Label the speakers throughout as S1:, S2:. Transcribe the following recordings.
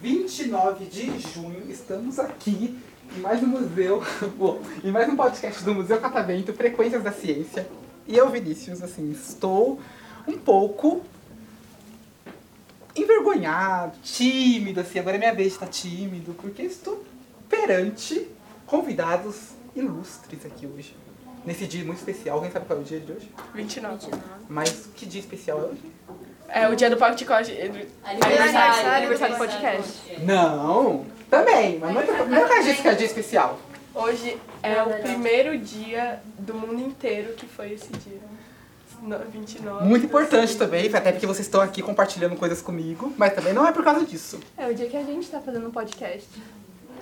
S1: 29 de junho, estamos aqui em mais um museu, bom, em mais um podcast do Museu Catavento, Frequências da Ciência. E eu, Vinícius, assim, estou um pouco envergonhado, tímido, assim, agora é minha vez de estar tímido, porque estou perante convidados ilustres aqui hoje. Nesse dia muito especial, alguém sabe qual é o dia de hoje?
S2: 29.
S1: Mas que dia especial é hoje?
S2: É o dia do Papo de Corte. é Aniversário, aniversário do podcast.
S1: Não! Também, mas não é não é que a gente que é dia especial.
S2: Hoje é o primeiro dia do mundo inteiro que foi esse dia. No- 29.
S1: Muito importante também, até porque vocês estão aqui compartilhando coisas comigo, mas também não é por causa disso. É
S3: É o dia que a gente tá fazendo um podcast.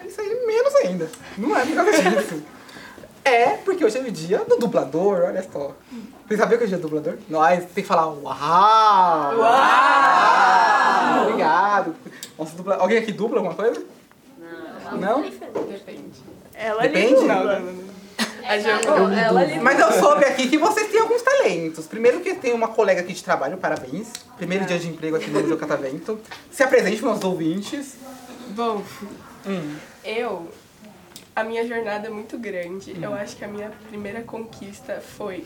S1: Isso aí menos ainda. Não é por causa disso. É porque hoje é o dia do dublador, olha só. Vocês sabiam que hoje é o dublador? Nós tem que falar uau! Uau! Obrigado. Nossa, dubla... Alguém aqui dubla alguma coisa? Não. Não?
S2: Ela
S1: Depende?
S2: ali,
S1: Não,
S2: Lula.
S1: não, não.
S2: A Jô- ela ali.
S1: Mas eu soube aqui que vocês têm alguns talentos. Primeiro que tem uma colega aqui de trabalho, parabéns. Primeiro dia de emprego aqui no Museu Catavento. Se apresente para os nossos ouvintes.
S2: Bom, eu. A minha jornada é muito grande. Eu acho que a minha primeira conquista foi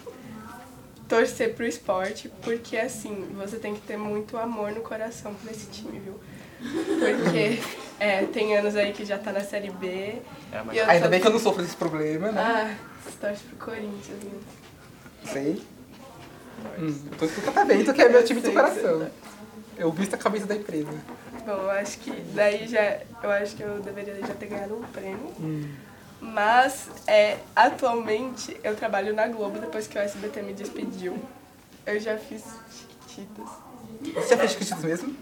S2: torcer pro esporte, porque assim, você tem que ter muito amor no coração pra esse time, viu? Porque é, tem anos aí que já tá na Série B. e eu
S1: Ainda
S2: tô-
S1: bem que eu não sofro desse problema, né?
S2: Ah, você torce pro Corinthians, né?
S1: Sei. Hum, eu tô com catavento, que é meu time do coração. Eu visto a camisa da empresa.
S2: Bom, eu acho que daí já. Eu acho que eu deveria já ter ganhado um prêmio. Mas é, atualmente eu trabalho na Globo depois que o SBT me despediu. Eu já fiz chiquititas.
S1: Você já fez chiquititas mesmo?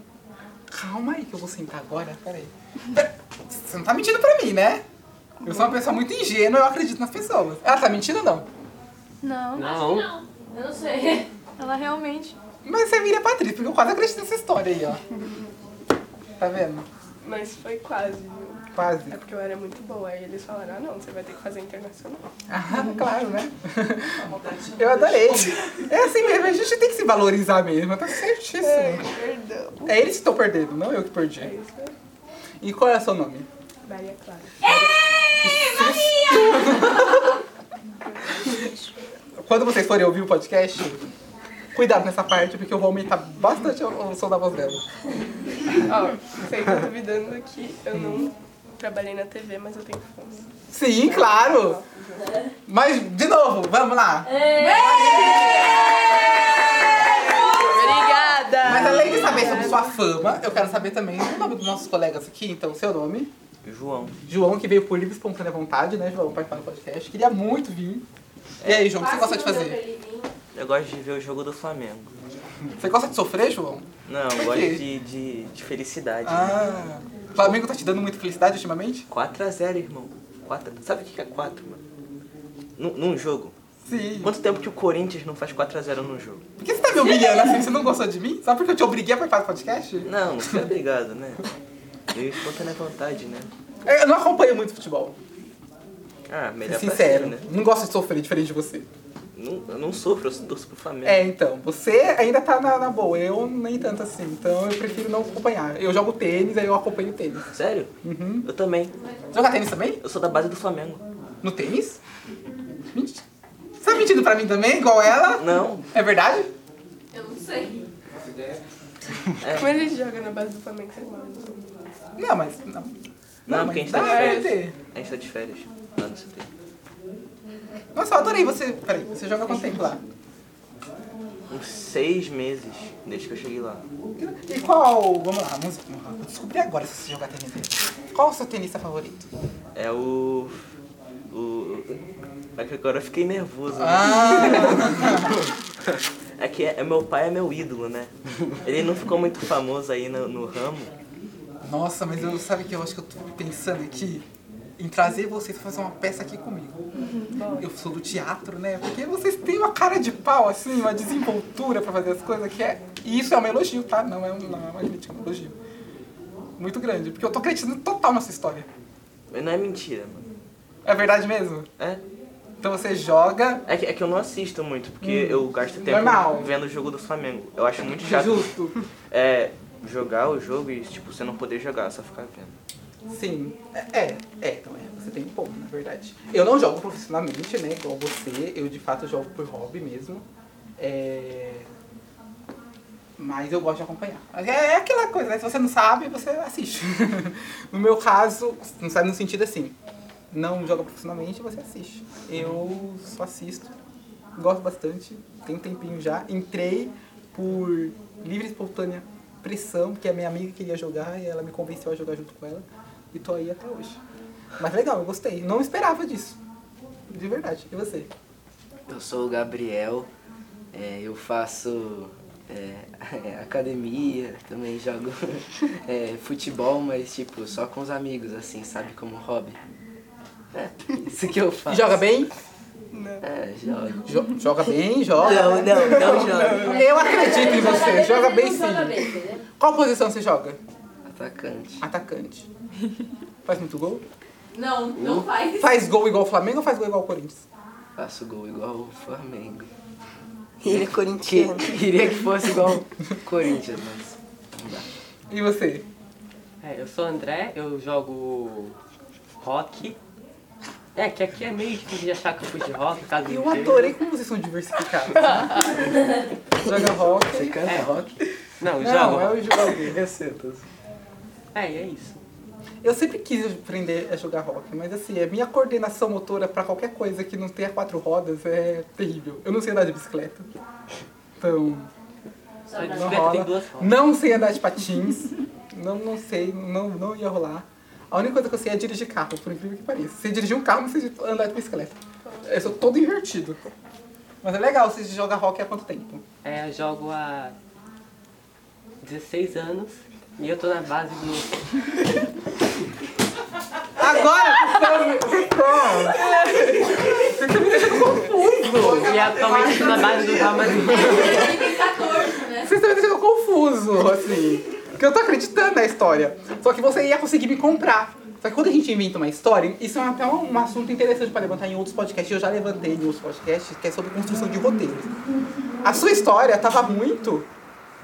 S1: Calma aí que eu vou sentar agora, peraí. Você não tá mentindo pra mim, né? Eu sou uma pessoa muito ingênua, eu acredito nas pessoas. Ela tá mentindo ou não?
S3: Não,
S4: Não.
S5: Eu não sei.
S3: ela realmente.
S1: Mas você vira Patrícia, porque eu quase acredito nessa história aí, ó. Tá vendo?
S2: Mas foi quase, viu?
S1: Quase.
S2: É porque eu era muito boa. Aí eles falaram, ah não, você vai ter que fazer internacional.
S1: Ah, claro, né? Eu adorei. É assim mesmo, a gente tem que se valorizar mesmo, tá certíssimo.
S2: Perdão.
S1: É eles que estão perdendo, não eu que
S2: É
S1: perdi.
S2: isso, né?
S1: E qual é o seu nome?
S2: Maria Clara.
S1: Quando vocês forem ouvir o podcast, cuidado nessa parte, porque eu vou aumentar bastante o o som da voz dela.
S2: Ó, você tá duvidando que eu não trabalhei na TV, mas eu tenho fome.
S1: Sim, claro! Mas, de novo, vamos lá! Mas
S2: Obrigada!
S1: além de saber sobre sua fama, eu quero saber também o nome dos nossos colegas aqui, então, seu nome.
S4: João.
S1: João, que veio por livre e espontânea vontade, né, João, participar do podcast. Queria muito vir. E aí, João, o que você gosta de fazer?
S4: Eu gosto de ver o jogo do Flamengo.
S1: Você gosta de sofrer, João?
S4: Não,
S1: Por
S4: eu gosto
S1: quê?
S4: de, de, de felicidade.
S1: Ah. O Flamengo tá te dando muita felicidade ultimamente?
S4: 4x0, irmão. 4... Sabe o que que é 4, mano? Num, num jogo.
S1: Sim.
S4: Quanto tempo que o Corinthians não faz 4x0 num jogo?
S1: Por que você tá me humilhando assim? Você não gostou de mim? Só porque eu te obriguei a participar do podcast?
S4: Não, não foi obrigado, né? Eu espontânea vontade, né?
S1: Eu não acompanho muito futebol,
S4: Ah,
S1: ser
S4: melhor pra
S1: sincero.
S4: si, né?
S1: Não gosto de sofrer, diferente de você.
S4: Não, eu não sofro, eu torço pro Flamengo.
S1: É, então, você ainda tá na, na boa, eu nem tanto assim, então eu prefiro não acompanhar. Eu jogo tênis, aí eu acompanho tênis.
S4: Sério?
S1: Uhum.
S4: Eu também.
S1: Joga tênis também?
S4: Eu sou da base do Flamengo.
S1: No tênis? Menti- Você tá mentindo pra mim também, igual ela?
S4: Não,
S1: É verdade?
S5: Eu não sei.
S2: Como ele joga na base do Flamengo, você manda.
S1: Não, mas. Não,
S4: Não,
S1: mas
S4: porque a gente
S1: dá
S4: tá
S1: pra
S4: diferente.
S1: entender.
S4: a gente tá de férias. Lá no CT.
S1: Nossa, eu adorei você. Peraí, você joga quanto tempo lá?
S4: Uns seis meses desde que eu cheguei lá.
S1: E qual. Vamos lá, música. Vou descobrir agora se você jogar tênis. Qual o seu tenista favorito?
S4: É o. O. É que agora eu fiquei nervoso. Né?
S1: Ah.
S4: É que é, é meu pai é meu ídolo, né? Ele não ficou muito famoso aí no, no ramo.
S1: Nossa, mas eu sabe que eu acho que eu tô pensando aqui em trazer vocês pra fazer uma peça aqui comigo. Eu sou do teatro, né? Porque vocês têm uma cara de pau, assim, uma desenvoltura pra fazer as coisas que é. E isso é um elogio, tá? Não é, um, não é uma crítica, é um elogio. Muito grande, porque eu tô acreditando total nessa história.
S4: Mas não é mentira, mano.
S1: É verdade mesmo?
S4: É?
S1: Então você joga.
S4: É que, é que eu não assisto muito, porque eu gasto tempo
S1: Normal.
S4: vendo o jogo do Flamengo. Eu acho muito chato.
S1: Justo.
S4: É, jogar o jogo e, tipo, você não poder jogar, só ficar vendo.
S1: Sim. É, é, então é. Você tem um ponto, na verdade. Eu não jogo profissionalmente, né? Igual você. Eu de fato jogo por hobby mesmo. É. Mas eu gosto de acompanhar. É é aquela coisa, né? Se você não sabe, você assiste. no meu caso, não sabe no sentido assim. Não joga profissionalmente, você assiste. Eu só assisto, gosto bastante, tem um tempinho já. Entrei por livre e espontânea pressão, porque a minha amiga queria jogar e ela me convenceu a jogar junto com ela. E tô aí até hoje. Mas legal, eu gostei. Não esperava disso. De verdade. E você?
S6: Eu sou o Gabriel, é, eu faço é, é, academia, também jogo é, futebol, mas tipo, só com os amigos, assim, sabe, como hobby. É, isso que eu
S1: E
S6: faço.
S1: joga bem?
S2: Não.
S6: É, jogo.
S1: Jo- joga bem, joga. né?
S6: Não, não, não jogo.
S1: Eu acredito em você. Joga bem sim.
S5: Joga bem, entendeu?
S1: Qual posição você joga?
S6: Atacante.
S1: Atacante. Faz muito gol?
S5: Não, não faz.
S1: Faz gol igual o Flamengo ou faz gol igual o Corinthians?
S6: Faço gol igual o Flamengo.
S7: Ele é
S6: Que,
S7: corintiano.
S6: queria que fosse igual o Corinthians, mas não dá.
S1: E você?
S8: É, eu sou o André, eu jogo rock. É, que aqui é meio difícil de achar campo de rock, tá caso
S1: Eu adorei como vocês são diversificados. né? joga
S6: Você
S7: É,
S1: rock.
S6: canta rock?
S8: Não, eu
S1: Não, é
S8: jogo.
S1: o jogador.
S8: É, e é isso.
S1: Eu sempre quis aprender a jogar rock, mas assim, a minha coordenação motora pra qualquer coisa que não tenha quatro rodas é terrível. Eu não sei andar de bicicleta. Então,
S8: Só de
S5: pra-
S1: não
S8: bicicleta tem
S1: rola.
S8: duas rodas.
S1: Não sei andar de patins. Não, não sei, não, não ia rolar. A única coisa que eu sei é dirigir carro, por incrível que pareça. Você dirigir um carro, não sei andar de bicicleta. Eu sou todo invertido. Mas é legal, você joga rock há quanto tempo?
S8: É, eu jogo há 16 anos e eu tô na base do.
S1: Agora! vocês estão-
S8: E atualmente tô na base do Real Madrid.
S5: Ele tem 14, né?
S1: Vocês estão me deixando confuso, assim. Porque eu tô acreditando na história. Só que você ia conseguir me comprar. Só que quando a gente inventa uma história, isso é até um, um assunto interessante pra levantar em outros podcasts. Eu já levantei em outros podcasts, que é sobre construção de roteiros. A sua história tava muito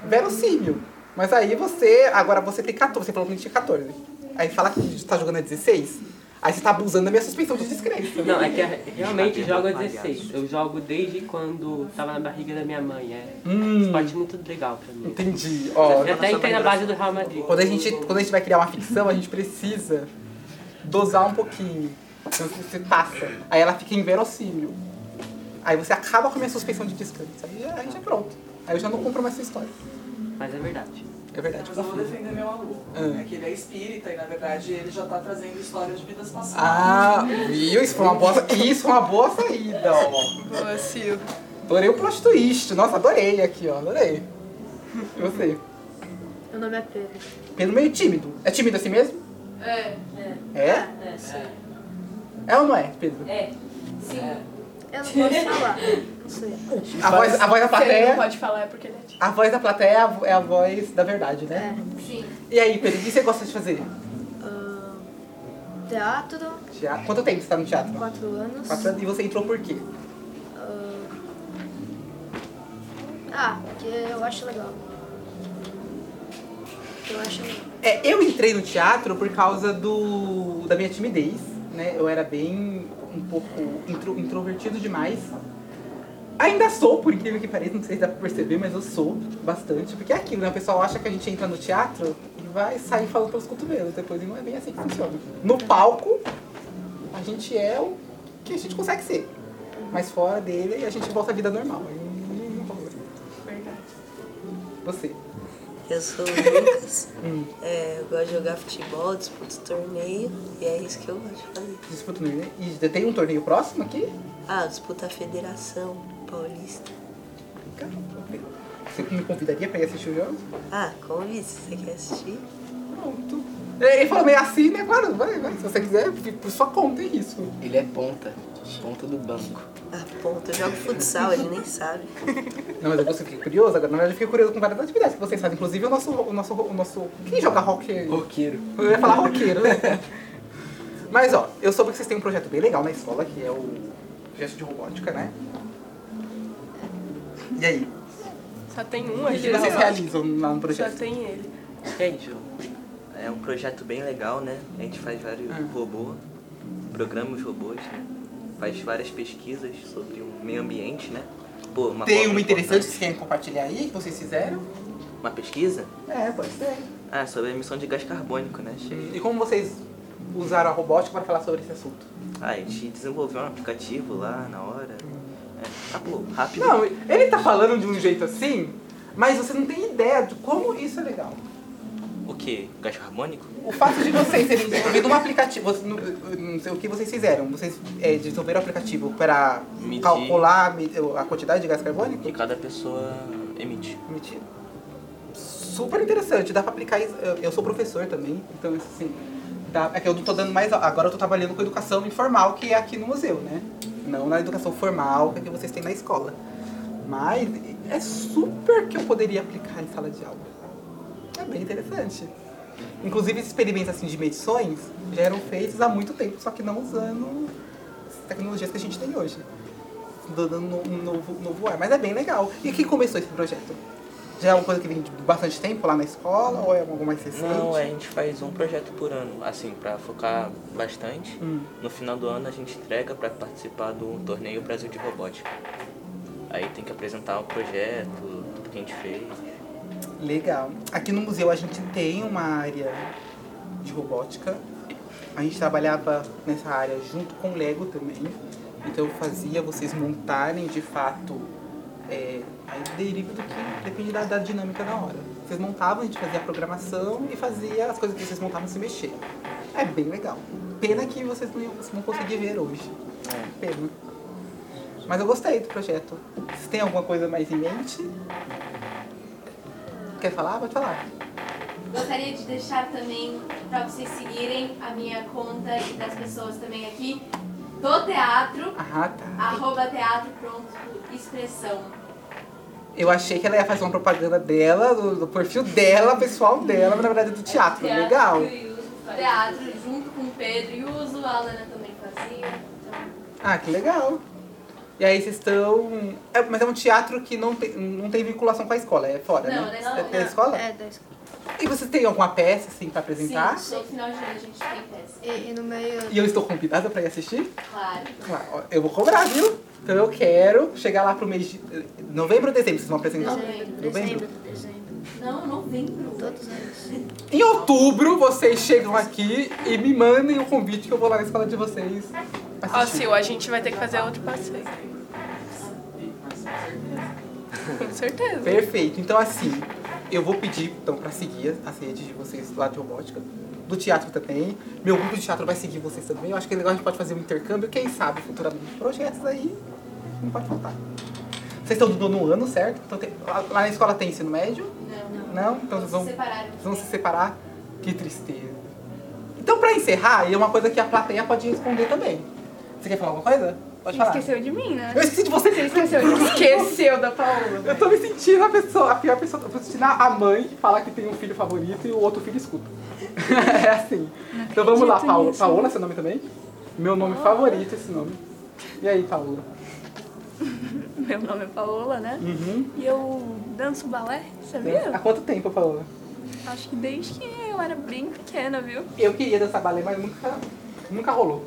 S1: verossímil. Mas aí você. Agora você tem 14, você falou que tinha 14. Aí fala que tá jogando a 16. Aí você tá abusando da minha suspensão de descrença.
S8: Não, é que eu realmente jogo há 16. Eu jogo desde quando tava na barriga da minha mãe. É um
S1: Hum,
S8: esporte muito legal pra mim.
S1: entendi. Ó,
S8: Eu até entrei na base do Real Madrid.
S1: Quando a, gente, quando a gente vai criar uma ficção, a gente precisa dosar um pouquinho. Então, Você passa. Aí ela fica inverossímil. Aí você acaba com a minha suspensão de descanso. Aí já, aí já é pronto. Aí eu já não compro mais essa história.
S8: Mas é verdade.
S1: É verdade.
S7: Mas eu vou defender meu aluno.
S1: Ah.
S7: É que ele é espírita e, na verdade, ele já tá trazendo histórias de vidas passadas.
S1: Ah, viu? Isso foi uma boa, isso foi uma boa saída, ó.
S2: Boa, Sil.
S1: Adorei o plot twist. Nossa, adorei aqui, ó. Adorei. E você?
S3: Meu nome é Pedro.
S1: Pedro meio tímido. É tímido assim mesmo?
S5: É,
S1: É?
S5: é, é.
S1: É ou não é, Pedro?
S5: É. Sim.
S3: Eu não posso falar. Não sei.
S1: A voz, a voz da
S2: Se ele não
S1: plateia...
S2: pode falar é porque ele é tímido.
S1: A voz da plateia é a, vo- é a voz da verdade, né?
S5: Sim.
S1: E aí, Pedro, o que você gosta de fazer?
S3: Ahn, teatro,
S1: Teatro. Quanto tempo você tá no teatro?
S3: quatro anos.
S1: Quatro anos. E você entrou por quê?
S3: Ahn, ah, porque eu acho legal. Eu acho legal.
S1: É, eu entrei no teatro por causa do, da minha timidez, né? Eu era bem um pouco intro- introvertido demais. Ainda sou, por incrível que pareça, não sei se dá pra perceber, mas eu sou bastante. Porque é aquilo, né? O pessoal acha que a gente entra no teatro e vai sair falando pelos cotovelos depois, e não é bem assim que funciona. No palco, a gente é o que a gente consegue ser. Mas fora dele, a gente volta à vida normal. Aí não- não rola.
S2: Verdade.
S1: Você.
S7: Eu sou o Lucas. É,
S1: Hum.
S7: eu gosto de jogar futebol, disputo torneio. E é isso que eu gosto de fazer.
S1: Disputa o torneio. E tem um torneio próximo aqui?
S7: Ah, disputa a Federação Paulista.
S1: Você me convidaria pra ir assistir o jogo?
S7: Ah, convite, você quer assistir?
S1: Pronto. Ele falou meio assim, né? Claro, vai, vai. Se você quiser, fica por sua conta, é isso.
S6: Ele é ponta, ponta do banco.
S7: Ah, ponto, eu jogo futsal, ele nem sabe.
S1: Não, mas eu fiquei curioso agora. Na verdade, eu fiquei curioso com várias atividades que vocês fazem. Inclusive, o nosso... O nosso, o nosso quem joga rock?
S6: Roqueiro.
S1: Eu ia falar roqueiro, né? Mas ó, eu soube que vocês têm um projeto bem legal na escola, que é o projeto de robótica, né? E aí?
S2: Só tem um
S1: O
S2: aqui.
S1: que
S2: na
S1: vocês
S2: roda.
S1: realizam lá no
S2: Só
S1: projeto?
S2: tem ele.
S4: Gente, o- é um projeto bem legal, né? A gente faz vários
S1: Ah.
S4: robôs, programa os robôs, né? Faz várias pesquisas sobre o meio ambiente, né? Pô, uma
S1: Tem
S4: pauta
S1: uma interessante que vocês
S4: importante.
S1: querem compartilhar aí, que vocês fizeram?
S4: Uma pesquisa?
S1: É, pode ser.
S4: Ah, sobre a emissão de gás carbônico, né? Achei-
S1: E como vocês usaram a robótica para falar sobre esse assunto?
S4: Ah, a gente desenvolveu um aplicativo lá na hora. É, tá bom, rápido.
S1: Não, ele tá falando de um jeito assim, mas você não tem ideia de como isso é legal.
S4: O quê? Gás carbônico?
S1: O fato de vocês terem desenvolvido um aplicativo, você- não, não sei o que vocês fizeram, vocês é, desenvolveram um aplicativo para
S4: Medir.
S1: calcular me- a quantidade de gás carbônico?
S4: Que cada pessoa emite.
S1: Mentira. Super interessante, dá pra aplicar isso. Eu, eu sou professor também, então assim. Dá, é que eu não tô dando mais. aula. Agora eu tô trabalhando com educação informal, que é aqui no museu, né? Não na educação formal que, é que vocês têm na escola. Mas é super que eu poderia aplicar em sala de aula. É bem interessante. Inclusive, esses experimentos assim, de medições já eram feitos há muito tempo, só que não usando as tecnologias que a gente tem hoje. Dando um novo, um novo ar. Mas é bem legal. E quem começou esse projeto? Já é uma coisa que vem de bastante tempo lá na escola ou é algo mais recente?
S4: Não, a gente faz um projeto por ano, assim, pra focar bastante.
S1: Hum.
S4: No final do ano a gente entrega pra participar do torneio Brasil de Robótica. Aí tem que apresentar o projeto, tudo que a gente fez.
S1: Legal. Aqui no museu a gente tem uma área de robótica. A gente trabalhava nessa área junto com o Lego também. Então eu fazia vocês montarem de fato. É, aí deriva do que depende da, da dinâmica da hora. Vocês montavam, a gente fazia a programação e fazia as coisas que vocês montavam se mexer. É bem legal. Pena que vocês não, iam- vocês não conseguir ver hoje. Pena. Mas eu gostei do projeto. Vocês têm alguma coisa mais em mente? Quer falar? Pode falar.
S5: Gostaria de deixar também pra vocês seguirem a minha conta e das pessoas também aqui do teatro,
S1: Ah, tá.
S5: arroba teatro pronto expressão.
S1: Eu achei que ela ia fazer uma propaganda dela, do, do perfil dela, pessoal dela, mas na verdade é do teatro. Legal.
S5: Teatro junto com o Pedro e o Uso, a Alana também fazia. Então,
S1: Ah, que legal. E aí vocês estão. é, mas é um teatro que não tem, não tem vinculação com a escola, é fora,
S5: Não,
S1: né?
S5: não,
S1: é pela
S5: não.
S1: escola?
S3: É, da escola.
S1: E vocês têm alguma peça assim pra
S5: sim,
S1: apresentar?
S5: no final de ano a gente tem peça,
S3: E, e no meio.
S1: E eu estou convidada pra ir assistir?
S5: claro.
S1: Claro, ó, eu vou cobrar, viu? Então eu quero chegar lá pro mês de. Novembro ou dezembro, vocês vão apresentar?
S3: Dezembro,
S1: Novembro?
S3: dezembro, dezembro.
S5: Não, novembro.
S3: Todos os anos.
S1: Em outubro vocês chegam aqui e me mandem o convite que eu vou lá na escola de vocês.
S2: Ó, Sil, a gente vai ter que fazer outro passeio. Com certeza.
S1: Perfeito. Então, assim, eu vou pedir então, pra seguir as redes de vocês lá de robótica, do teatro também. Meu grupo de teatro vai seguir vocês também. Eu acho que é legal, a gente pode fazer um intercâmbio. Quem sabe, futuramente, projetos aí não pode faltar. Vocês estão do nono ano, certo? Então, tem- lá, lá na escola tem ensino médio?
S5: Não,
S1: Não? Então, vocês vão,
S5: Se separaram.
S1: vocês vão se separar? Que tristeza. Então, pra encerrar, e é uma coisa que a plateia pode responder também. Você quer falar alguma coisa? Pode falar.
S9: Esqueceu de mim, né?
S1: Eu esqueci de você.
S9: Esqueceu, esqueceu da Paola.
S1: Eu tô me sentindo a pessoa, a pior pessoa. Eu tô me sentindo a mãe que fala que tem um filho favorito e o outro filho escuta. é assim. Então vamos lá,
S9: acredito
S1: Paola.
S9: nisso.
S1: Paola é seu nome também? Meu nome favorito, esse nome. E aí, Paola?
S9: Meu nome é Paola, né?
S1: Uhum.
S9: E eu danço balé, sabia?
S1: Há quanto tempo, Paola?
S9: Acho que desde que eu era bem pequena, viu?
S1: Eu queria dançar balé, mas nunca, nunca rolou.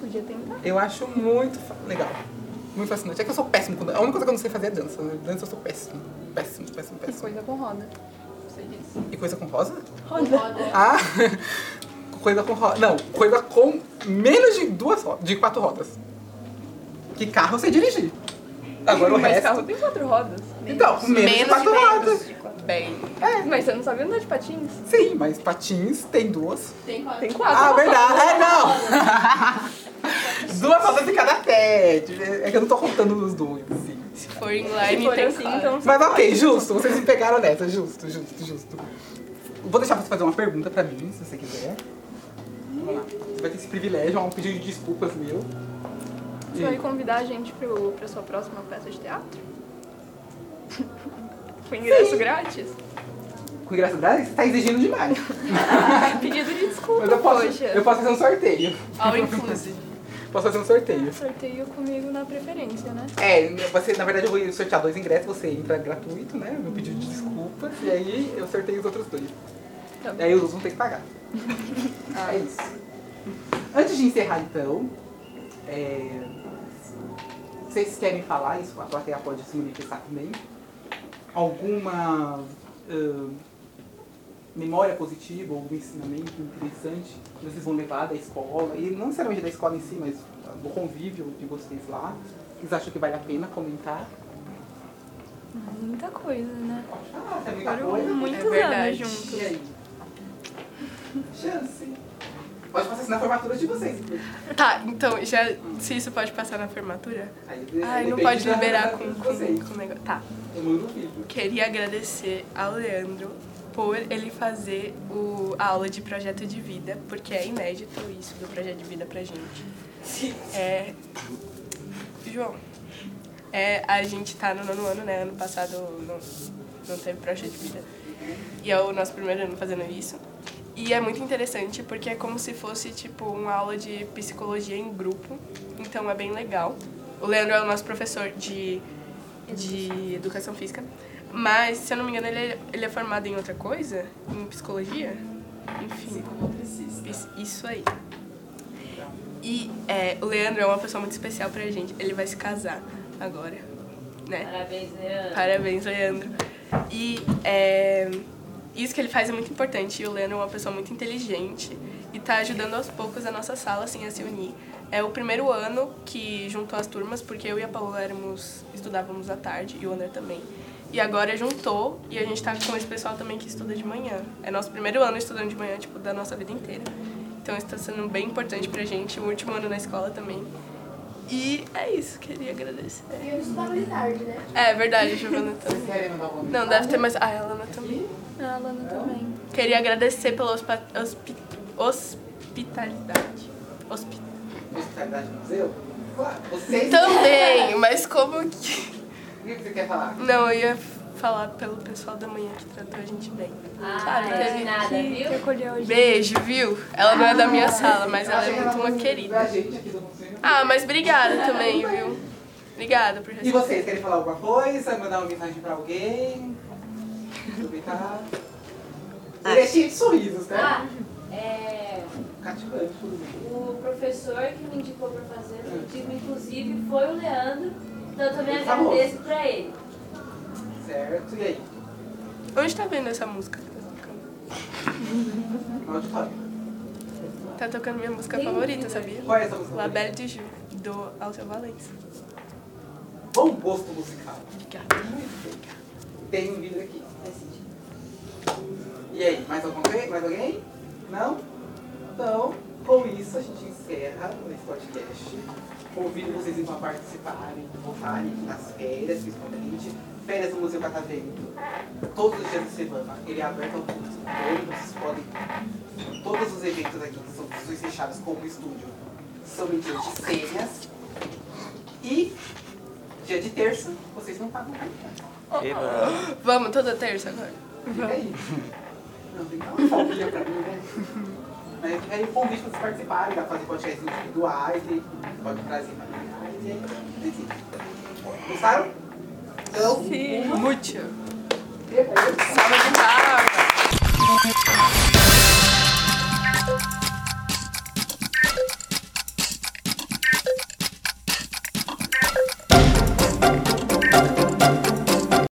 S9: Podia tentar.
S1: Eu acho muito fa- legal. Muito fascinante. É que eu sou péssimo. com dan- A única coisa que eu não sei fazer é dança. né? Dança eu sou péssimo. Péssimo, péssimo,
S9: Que
S1: péssimo.
S9: coisa com roda.
S1: E coisa com rosa?
S5: Roda.
S1: Ah, coisa com roda. Não, coisa com menos de duas rodas, de quatro rodas. Que carro você dirigir? Agora o
S9: Mas
S1: resto.
S9: carro tem quatro rodas.
S1: Então, menos, de
S2: menos
S1: quatro
S2: de
S1: rodas. É.
S2: Bem,
S9: Mas você não sabe andar de patins?
S1: Sim, mas patins tem duas.
S5: Tem quatro.
S9: Tem
S1: Ah,
S9: quatro.
S1: verdade. É, não. duas rodas em cada pé. É que eu não tô contando os dois, assim.
S2: se for
S9: Se
S2: inline,
S9: for
S2: tem
S9: assim,
S2: quatro.
S9: então
S1: Mas ok, justo. Vocês me pegaram nessa. Justo, justo, justo. Vou deixar você fazer uma pergunta pra mim, se você quiser. Vamos lá. Você vai ter esse privilégio, é um pedido de desculpas meu.
S9: você vai convidar a gente pro, pra sua próxima peça de teatro? Com ingresso grátis?
S1: com graça dela, você tá exigindo demais.
S9: Pedido de desculpa,
S1: Mas eu posso,
S9: poxa.
S1: eu posso fazer um sorteio.
S2: All inclusive.
S1: Posso fazer um sorteio.
S9: Sorteio comigo na preferência, né?
S1: É, você, na verdade eu vou sortear dois ingressos, você entra gratuito, né? Meu pedido de desculpas, e aí eu sorteio os outros dois.
S9: Tá
S1: E aí os outros vão ter que pagar. ah, é isso. Antes de encerrar então, é, vocês querem falar, isso a plateia pode se manifestar também, alguma ãh, memória positiva, algum ensinamento interessante que vocês vão levar da escola, e não necessariamente da escola em si, mas do convívio de vocês lá. Vocês acham que vale a pena comentar?
S9: Muita coisa, né?
S1: Ah, é muita
S9: Foram
S1: coisa.
S9: muitos anos
S2: verdade.
S9: juntos.
S1: E aí? Chance. Pode passar isso na formatura de vocês.
S2: Tá, então, já, se isso pode passar na formatura?
S1: Aí,
S2: Ai, não
S1: É, depende
S2: pode
S1: da- da-
S2: liberar com,
S1: de
S2: com,
S1: tá vocês.
S2: com negócio. Tá.
S1: Eu mando o vídeo.
S2: Queria agradecer ao Leandro por ele fazer o, a aula de projeto de vida, porque é inédito isso do projeto de vida pra gente. É, João, é, a gente tá no nono ano, né? Ano passado não, não teve projeto de vida. E é o nosso primeiro ano fazendo isso. E é muito interessante porque é como se fosse tipo uma aula de psicologia em grupo. Então é bem legal. O Leandro é o nosso professor de, de educação física. Mas, se eu não me engano, ele é, ele é formado em outra coisa? Em psicologia? Enfim. Pis- Isso aí. E é, o Leandro é uma pessoa muito especial pra gente. Ele vai se casar agora, né?
S5: Parabéns, Leandro.
S2: Parabéns, Leandro. E é, isso que ele faz é muito importante. E o Leandro é uma pessoa muito inteligente e tá ajudando aos poucos a nossa sala assim, a se unir. É o primeiro ano que juntou as turmas, porque eu e a Paola éramos, estudávamos à tarde e o André também. E agora juntou e a gente tá com esse pessoal também que estuda de manhã. É nosso primeiro ano estudando de manhã, tipo, da nossa vida inteira. Então isso tá sendo bem importante pra gente, o último ano na escola também. E é isso, queria agradecer.
S3: E eu estudava de tarde, né?
S2: É verdade, a Giovana também.
S1: Querem mandar alguma
S2: Não, deve ter mais. Ah, a Lana também.
S9: Ah, A Lana também.
S2: Queria agradecer pela hospa- hospi- hospitalidade. Hospi-
S1: hospitalidade no museu? Claro, vocês.
S2: Também, mas como que.
S1: O que você quer falar?
S2: Não, eu ia falar pelo pessoal da manhã que tratou a gente bem.
S1: Tá,
S5: Ah,
S2: Claro,
S5: é
S2: teve
S5: de nada, viu?
S9: Recolheu hoje.
S2: Beijo, viu? Ela não é da minha sala, mas
S1: Eu
S2: ela é
S1: achei que
S2: muito uma
S1: fosse
S2: querida.
S1: da gente aqui do conselho.
S2: Ah, mas obrigada também, viu? Obrigada por
S1: E
S2: receber.
S1: vocês querem falar alguma coisa? Mandar uma mensagem pra alguém? Aproveitar.
S7: Ah.
S1: Ele é cheio de sorrisos, né?
S5: Ah, é...
S1: Cativante, inclusive.
S5: O professor que me indicou pra fazer o pedido, inclusive, foi o Leandro. Então eu também
S1: Por favor.
S5: agradeço pra ele.
S1: Certo, e aí?
S2: Onde tá vendo essa música? que tá tocando?
S1: No auditório.
S2: Tá tocando minha música favorita, sabia?
S1: Qual é essa música?
S2: La Belle de Ju, do Alceu Valença.
S1: Bom gosto musical.
S2: Obrigada.
S1: Tem um vídeo aqui. E aí, mais alguma coisa? Mais alguém? Não? Então, com isso a gente encerra esse podcast. Convido vocês então a participarem, votarem nas férias, principalmente. Férias do Museu Catavento. Todos os dias da semana. Ele é aberto ao público. Todos vocês podem. Todos os eventos aqui que são são fechados como estúdio são em dia de cenas. E dia de terça, vocês não pagam nada.
S4: Eba.
S2: Vamos, toda terça agora.
S1: Fica aí. Não, tem que dar uma folguinha pra mim, né? Mas fica aí o convite pra vocês participarem, dá pra fazer podcasts individuais, e pode trazer familiares, e aí decide. Gostaram? Então,
S2: Muito.
S1: beleza.
S2: Salva de palmas.